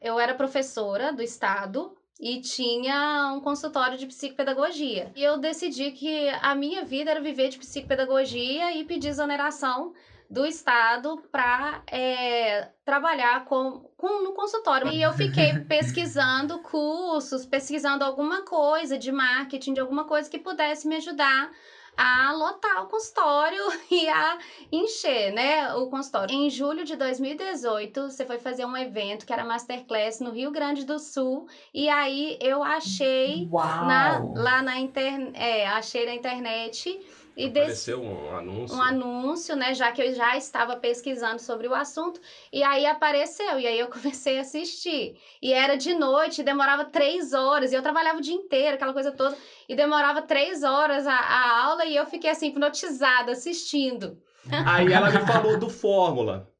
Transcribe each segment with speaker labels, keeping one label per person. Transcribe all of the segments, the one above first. Speaker 1: eu era professora do estado e tinha um consultório de psicopedagogia. E eu decidi que a minha vida era viver de psicopedagogia e pedir exoneração do Estado para é, trabalhar com, com, no consultório. E eu fiquei pesquisando cursos, pesquisando alguma coisa de marketing, de alguma coisa que pudesse me ajudar a lotar o consultório e a encher, né, o consultório. Em julho de 2018, você foi fazer um evento que era masterclass no Rio Grande do Sul e aí eu achei na, lá na internet, é, achei na internet
Speaker 2: e apareceu um anúncio.
Speaker 1: Um anúncio, né? Já que eu já estava pesquisando sobre o assunto. E aí apareceu. E aí eu comecei a assistir. E era de noite, demorava três horas. E eu trabalhava o dia inteiro, aquela coisa toda. E demorava três horas a, a aula. E eu fiquei assim, hipnotizada, assistindo.
Speaker 2: Aí ela me falou do Fórmula.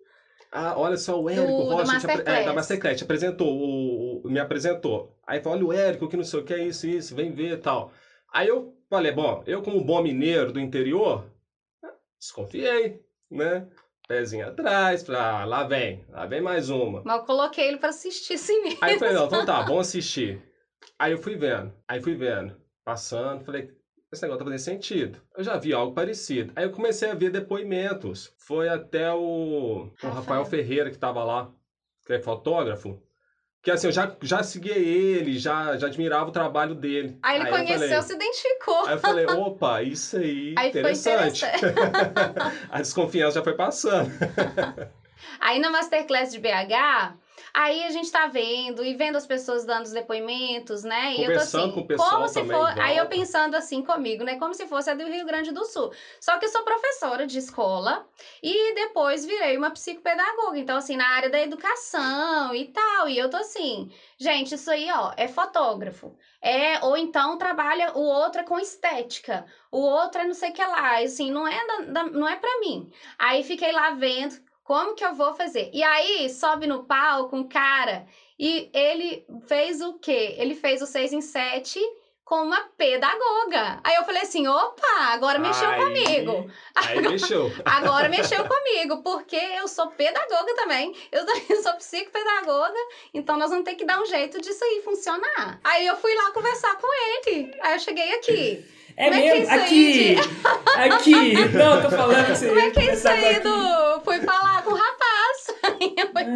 Speaker 2: Ah, olha só, o Érico
Speaker 1: do
Speaker 2: Rocha
Speaker 1: Masterclass.
Speaker 2: te, apre- é, da Masterclass te apresentou, o, o- me apresentou. Aí falou, olha o Érico, que não sei o que, é isso, isso, vem ver e tal. Aí eu falei, bom, eu como bom mineiro do interior, desconfiei, né? Pezinho atrás, falei, ah, lá vem, lá vem mais uma.
Speaker 1: Mas eu coloquei ele para assistir sim mesmo.
Speaker 2: Aí eu falei, não, então tá, vamos assistir. Aí eu fui vendo, aí fui vendo, passando, falei, esse negócio tá fazendo sentido. Eu já vi algo parecido. Aí eu comecei a ver depoimentos. Foi até o, o
Speaker 1: Rafael.
Speaker 2: Rafael Ferreira que tava lá, que é fotógrafo. Que assim, eu já, já seguia ele, já, já admirava o trabalho dele.
Speaker 1: Aí ele
Speaker 2: eu
Speaker 1: conheceu,
Speaker 2: falei-
Speaker 1: se identificou.
Speaker 2: Aí eu falei, opa, isso aí,
Speaker 1: Aí ficou
Speaker 2: interessante. a desconfiança já foi passando.
Speaker 1: Aí na Masterclass de BH, aí a gente tá vendo e vendo as pessoas dando os depoimentos, né? E
Speaker 2: Conversando
Speaker 1: eu tô assim,
Speaker 2: com o pessoal
Speaker 1: como se
Speaker 2: também,
Speaker 1: for,
Speaker 2: volta.
Speaker 1: aí eu pensando assim comigo, né? Como se fosse a do Rio Grande do Sul. Só que eu sou professora de escola e depois virei uma psicopedagoga, então assim, na área da educação e tal. E eu tô assim, gente, isso aí, ó, é fotógrafo. É, ou então trabalha, o outro é com estética, o outro é não sei o que lá, assim, não é, da- da- não é pra mim. Aí fiquei lá vendo, como que eu vou fazer? E aí, sobe no palco um cara e ele fez o quê? Ele fez o 6 em 7 com uma pedagoga. Aí eu falei assim, opa, agora mexeu
Speaker 2: Aí-
Speaker 1: comigo.
Speaker 2: Aí mexeu.
Speaker 1: Agora mexeu comigo, porque eu sou pedagoga também. Eu também sou psicopedagoga, então nós vamos ter que dar um jeito disso aí funcionar. Aí eu fui lá conversar com ele. Aí eu cheguei aqui.
Speaker 3: É
Speaker 1: Como é que
Speaker 3: mesmo?
Speaker 1: é
Speaker 3: aqui!
Speaker 1: isso
Speaker 3: Aqui! Não, eu tô falando que você
Speaker 1: Como é que é
Speaker 3: ia
Speaker 1: isso
Speaker 3: começar
Speaker 1: aí
Speaker 3: com aqui.
Speaker 1: do... Fui falar com o rapaz.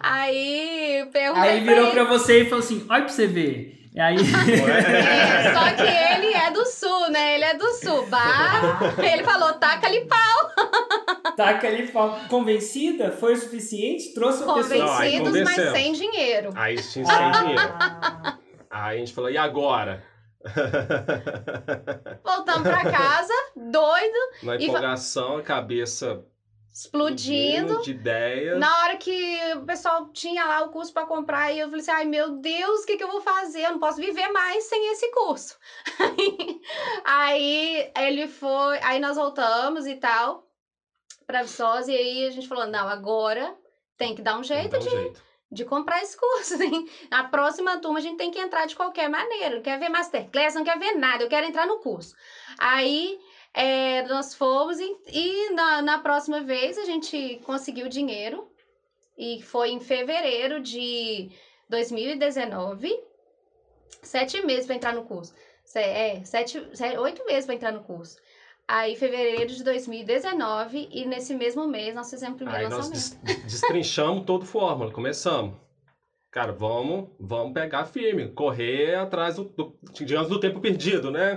Speaker 1: Aí perguntei
Speaker 3: Aí
Speaker 1: pra
Speaker 3: virou
Speaker 1: ele.
Speaker 3: pra você e falou assim: olha pra você ver. E aí.
Speaker 1: É, só que ele é do sul, né? Ele é do sul. Bah, ele falou, taca ali pau.
Speaker 3: Taca ali e fala, tá convencida? Foi o suficiente? Trouxe uma pessoa.
Speaker 2: Não, aí
Speaker 1: Convencidos, mas
Speaker 2: convencemos.
Speaker 1: sem dinheiro.
Speaker 2: Aí sim, sem dinheiro.
Speaker 3: Ah,
Speaker 2: Aí a gente falou, e agora?
Speaker 1: Voltamos pra casa, doido,
Speaker 2: Na
Speaker 1: E fa-
Speaker 2: empolgação, a cabeça
Speaker 1: explodindo.
Speaker 2: de ideias.
Speaker 1: Na hora que o pessoal tinha lá o curso pra comprar, e eu falei assim: ai meu Deus, o que, que eu vou fazer? Eu não posso viver mais sem esse curso. aí ele foi, aí nós voltamos e tal, pra Viçosa, e aí a gente falou: não, agora tem que dar um jeito
Speaker 2: Dá um
Speaker 1: de, de comprar esse curso. Hein? A próxima turma a gente tem que entrar de qualquer maneira. Não quer ver masterclass, não quer ver nada, eu quero entrar no curso. Aí é, nós fomos e, e na, na próxima vez a gente conseguiu dinheiro. E foi em fevereiro de 2019. Sete meses para entrar no curso. Se- É, sete, se- oito meses para entrar no curso. Aí, fevereiro de 2019, e nesse mesmo mês nós fizemos o primeiro
Speaker 2: Aí nós
Speaker 1: lançamento.
Speaker 2: des- destrinchamos todo o fórmula, começamos. Cara, vamos, vamos pegar firme, correr atrás do, do, digamos, do tempo perdido, né?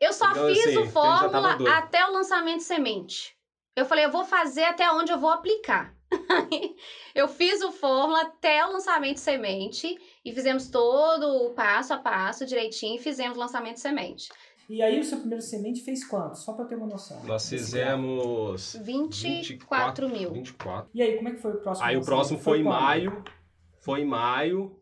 Speaker 1: Eu só
Speaker 2: Então,
Speaker 1: fiz
Speaker 2: assim,
Speaker 1: o
Speaker 2: eu já tava
Speaker 1: Fórmula
Speaker 2: doido.
Speaker 1: até o lançamento semente. Eu falei, eu vou fazer até onde eu vou aplicar. eu fiz o Fórmula até o lançamento semente e fizemos todo o passo a passo direitinho e fizemos o lançamento semente.
Speaker 3: e aí, o seu primeiro semente fez quanto? Só pra eu ter uma noção.
Speaker 2: Nós fizemos
Speaker 1: 24 mil.
Speaker 2: 24.
Speaker 3: E aí, como é que foi o próximo?
Speaker 2: Aí o
Speaker 3: lançamento?
Speaker 2: próximo foi em
Speaker 3: quando?
Speaker 2: maio, foi em maio,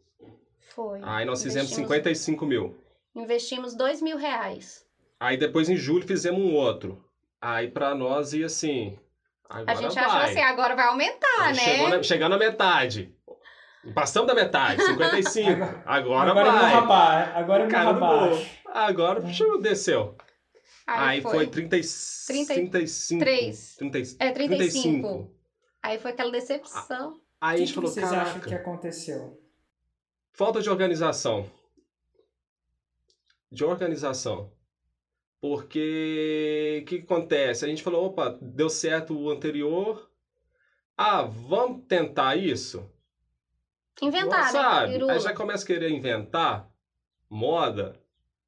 Speaker 1: Foi.
Speaker 2: aí nós fizemos
Speaker 1: Investimos-
Speaker 2: 55 mil.
Speaker 1: Investimos 2 mil reais.
Speaker 2: Aí depois em julho fizemos um outro. Aí pra nós ia assim, agora
Speaker 1: a gente
Speaker 2: vai.
Speaker 1: achou assim, agora vai aumentar,
Speaker 2: Aí
Speaker 1: né?
Speaker 2: Então, Chegou na, chegando na metade. Passamos da metade, 55.
Speaker 3: Agora-
Speaker 2: Agora,
Speaker 3: Agora eu vou
Speaker 2: vai.
Speaker 3: rabar. Agora eu vou
Speaker 2: Cara do
Speaker 3: rabar.
Speaker 2: gol. Agora puxa, desceu. Aí, foi 30, 35.
Speaker 1: Três.
Speaker 2: 30,
Speaker 1: É, 35.
Speaker 2: 35.
Speaker 1: Aí foi aquela decepção.
Speaker 3: O
Speaker 2: Aí a
Speaker 3: que
Speaker 2: gente
Speaker 3: que
Speaker 2: falou,
Speaker 3: vocês acham é?"
Speaker 2: caraca.
Speaker 3: que aconteceu?
Speaker 2: Falta de organização. De organização. Porque o que que acontece? A gente falou, opa, deu certo o anterior. Ah, vamos tentar isso?
Speaker 1: Inventar,
Speaker 2: sabe?
Speaker 1: né?
Speaker 2: Ah, Aí
Speaker 1: Pirula.
Speaker 2: já começa a querer inventar moda,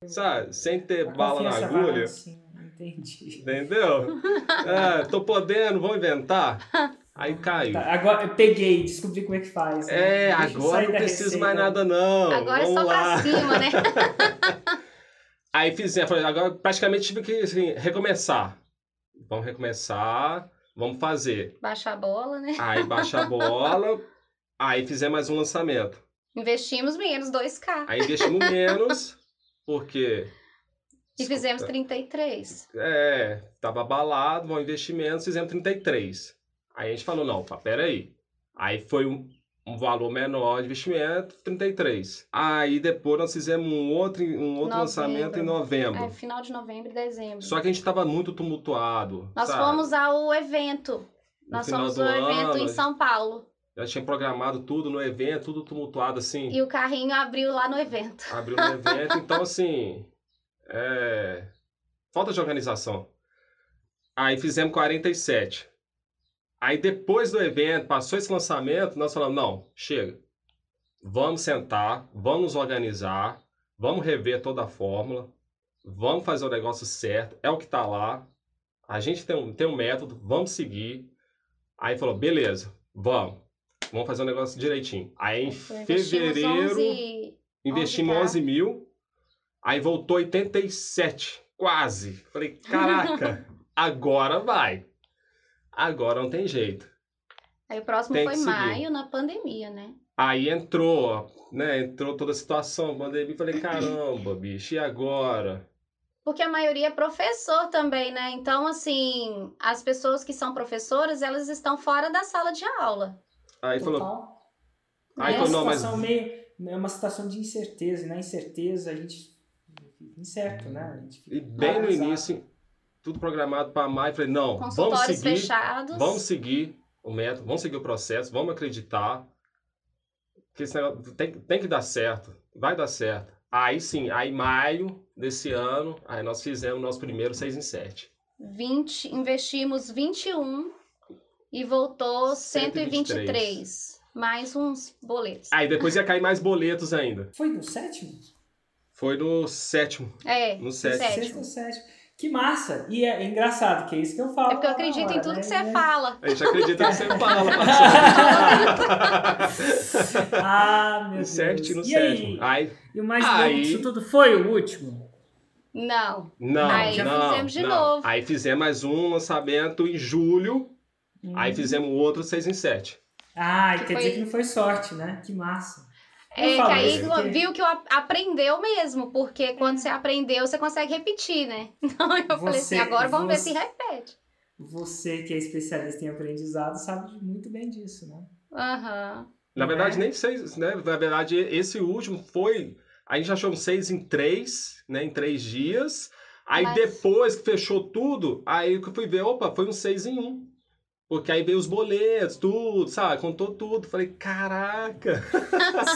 Speaker 2: sabe? Sem ter bala na
Speaker 3: Confiança vai lá
Speaker 2: agulha.
Speaker 3: em cima, Entendi.
Speaker 2: Né? Entendeu? É, tô podendo, vou inventar. Aí caiu.
Speaker 3: Tá, agora eu peguei, descobri como é que faz. né?
Speaker 2: É,
Speaker 3: Deixa eu
Speaker 2: agora
Speaker 3: sair
Speaker 2: não
Speaker 3: da
Speaker 2: preciso
Speaker 3: receita.
Speaker 2: mais nada, não.
Speaker 1: Agora é
Speaker 2: Vamos
Speaker 1: só
Speaker 2: lá.
Speaker 1: pra cima, né?
Speaker 2: Aí fizemos, falei, agora praticamente tive que assim, recomeçar. Vamos recomeçar, vamos fazer.
Speaker 1: Baixar a bola, né?
Speaker 2: Aí baixa a bola, aí fizemos mais um lançamento.
Speaker 1: Investimos menos 2K.
Speaker 2: Aí investimos menos, porque.
Speaker 1: E fizemos 33.
Speaker 2: É, tava abalado, bom investimento, fizemos 33. Aí a gente falou, não, pá, peraí. Aí foi um, um valor menor de investimento, 33. Aí depois nós fizemos um outro, um outro
Speaker 1: Novembro.
Speaker 2: lançamento em novembro.
Speaker 1: É, final de novembro e dezembro.
Speaker 2: Tá Só que a gente tava muito tumultuado.
Speaker 1: Nós
Speaker 2: sabe?
Speaker 1: fomos ao evento.
Speaker 2: No
Speaker 1: Nós
Speaker 2: final
Speaker 1: fomos
Speaker 2: do
Speaker 1: ao evento
Speaker 2: ano,
Speaker 1: em São Paulo.
Speaker 2: Já tinha programado tudo no evento, tudo tumultuado assim.
Speaker 1: E o carrinho abriu lá no evento.
Speaker 2: Abriu no evento, então assim. É... Falta de organização. Aí fizemos 47. Aí depois do evento, passou esse lançamento, nós falamos: não, chega. Vamos sentar, vamos nos organizar, vamos rever toda a fórmula, vamos fazer o negócio certo, é o que tá lá. A gente tem um, tem um método, vamos seguir. Aí falou: beleza, vamos. Vamos fazer o negócio direitinho. Aí em
Speaker 1: Investimos
Speaker 2: fevereiro.
Speaker 1: 11
Speaker 2: Investimos
Speaker 1: 11K.
Speaker 2: 11 mil, aí voltou 87, quase. Falei, caraca, agora vai. Agora não tem jeito.
Speaker 1: Aí o próximo
Speaker 2: Tem
Speaker 1: foi
Speaker 2: que seguir.
Speaker 1: maio, na pandemia, né?
Speaker 2: Aí entrou, né? Entrou toda a situação, pandemia. Falei, caramba, bicho, e agora?
Speaker 1: Porque a maioria é professor também, né? Então, assim, as pessoas que são professoras, elas estão fora da sala de aula. né?
Speaker 2: Aí falou,
Speaker 3: Total.
Speaker 2: aí
Speaker 3: é
Speaker 2: falou,
Speaker 3: uma
Speaker 2: não, mas.
Speaker 3: situação meio. É uma situação de incerteza. E na incerteza a gente fica incerto, né? A gente fica
Speaker 2: E bem no
Speaker 3: paralisado.
Speaker 2: início, tudo programado para maio. Falei, não, vamos
Speaker 1: Consultórios
Speaker 2: seguir.
Speaker 1: fechados.
Speaker 2: Vamos seguir o método, vamos seguir o processo, vamos acreditar que esse negócio tem, tem que dar certo, vai dar certo. Aí sim, aí maio desse ano, aí nós fizemos nosso primeiro 6 em 7.
Speaker 1: 20, investimos 21 e voltou 123.
Speaker 2: 123.
Speaker 1: Mais uns boletos.
Speaker 2: Aí depois ia cair mais boletos ainda.
Speaker 3: Foi no sétimo?
Speaker 2: Foi no sétimo,
Speaker 1: É.
Speaker 2: no sétimo.
Speaker 1: Sétimo.
Speaker 3: Sexto, sétimo. Que massa! E é engraçado, que é isso que eu falo.
Speaker 1: É porque eu
Speaker 3: lá na
Speaker 1: acredito
Speaker 3: hora,
Speaker 1: em tudo
Speaker 3: né?
Speaker 1: que você fala.
Speaker 2: A gente acredita que você fala, parceiro.
Speaker 3: Ah, meu
Speaker 2: No
Speaker 3: Deus.
Speaker 2: sétimo, no
Speaker 3: e aí?
Speaker 2: sétimo. Aí,
Speaker 3: E o mais
Speaker 2: Aí-
Speaker 3: novo disso tudo foi o último?
Speaker 1: Não.
Speaker 2: não,
Speaker 1: Aí já
Speaker 2: não,
Speaker 1: fizemos de
Speaker 2: não.
Speaker 1: novo.
Speaker 2: Aí fizemos mais um lançamento em julho, aí fizemos outro 6 em 7.
Speaker 3: Hum. Ah,
Speaker 1: Que
Speaker 3: quer
Speaker 1: foi-
Speaker 3: dizer que não foi sorte, né? Que massa. Eu
Speaker 1: É, que
Speaker 3: falo
Speaker 1: aí
Speaker 3: isso porque- É.
Speaker 1: viu que eu a- aprendeu mesmo, porque quando você aprendeu, você consegue repetir, né? Então eu falei assim,
Speaker 3: Você-
Speaker 1: agora vamos ver se
Speaker 3: você-
Speaker 1: repete.
Speaker 3: Você que é especialista em aprendizado sabe muito bem disso, né?
Speaker 1: Aham.
Speaker 2: Na
Speaker 3: Não
Speaker 2: verdade,
Speaker 3: é?
Speaker 2: nem seis, né? Na verdade, esse último foi. A gente achou um seis em três, né? Em três dias. Aí
Speaker 1: Mas-
Speaker 2: depois que fechou tudo, aí que eu fui ver, opa, foi um seis em um. Porque aí veio os boletos, tudo, sabe? Contou tudo. Falei, caraca!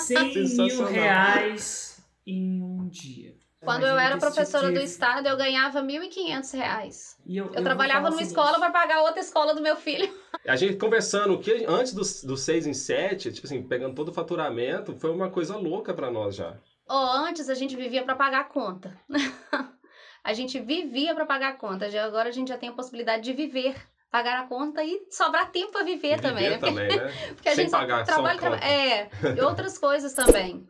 Speaker 3: 100 mil
Speaker 2: Sensacional.
Speaker 3: reais em um dia.
Speaker 1: Quando
Speaker 3: Mas
Speaker 1: eu era
Speaker 3: investi
Speaker 1: professora do
Speaker 3: de-
Speaker 1: estado, eu ganhava R$ 1.500. reais.
Speaker 3: E eu, eu
Speaker 1: Eu
Speaker 3: vou
Speaker 1: trabalhava
Speaker 3: falar o
Speaker 1: numa
Speaker 3: seguinte,
Speaker 1: escola para pagar outra escola do meu filho.
Speaker 2: A gente conversando o que antes dos do seis em sete, tipo assim, pegando todo o faturamento, foi uma coisa louca pra nós já.
Speaker 1: Ó, antes a gente vivia para pagar a conta. a gente vivia para pagar a conta. Já agora a gente já tem a possibilidade de viver, pagar a conta e sobrar tempo para viver,
Speaker 2: E
Speaker 1: também, né?
Speaker 2: também, né?
Speaker 1: Porque a
Speaker 2: Sem
Speaker 1: gente só
Speaker 2: pagar, só
Speaker 1: trabalha,
Speaker 2: a conta.
Speaker 1: é, e outras coisas também.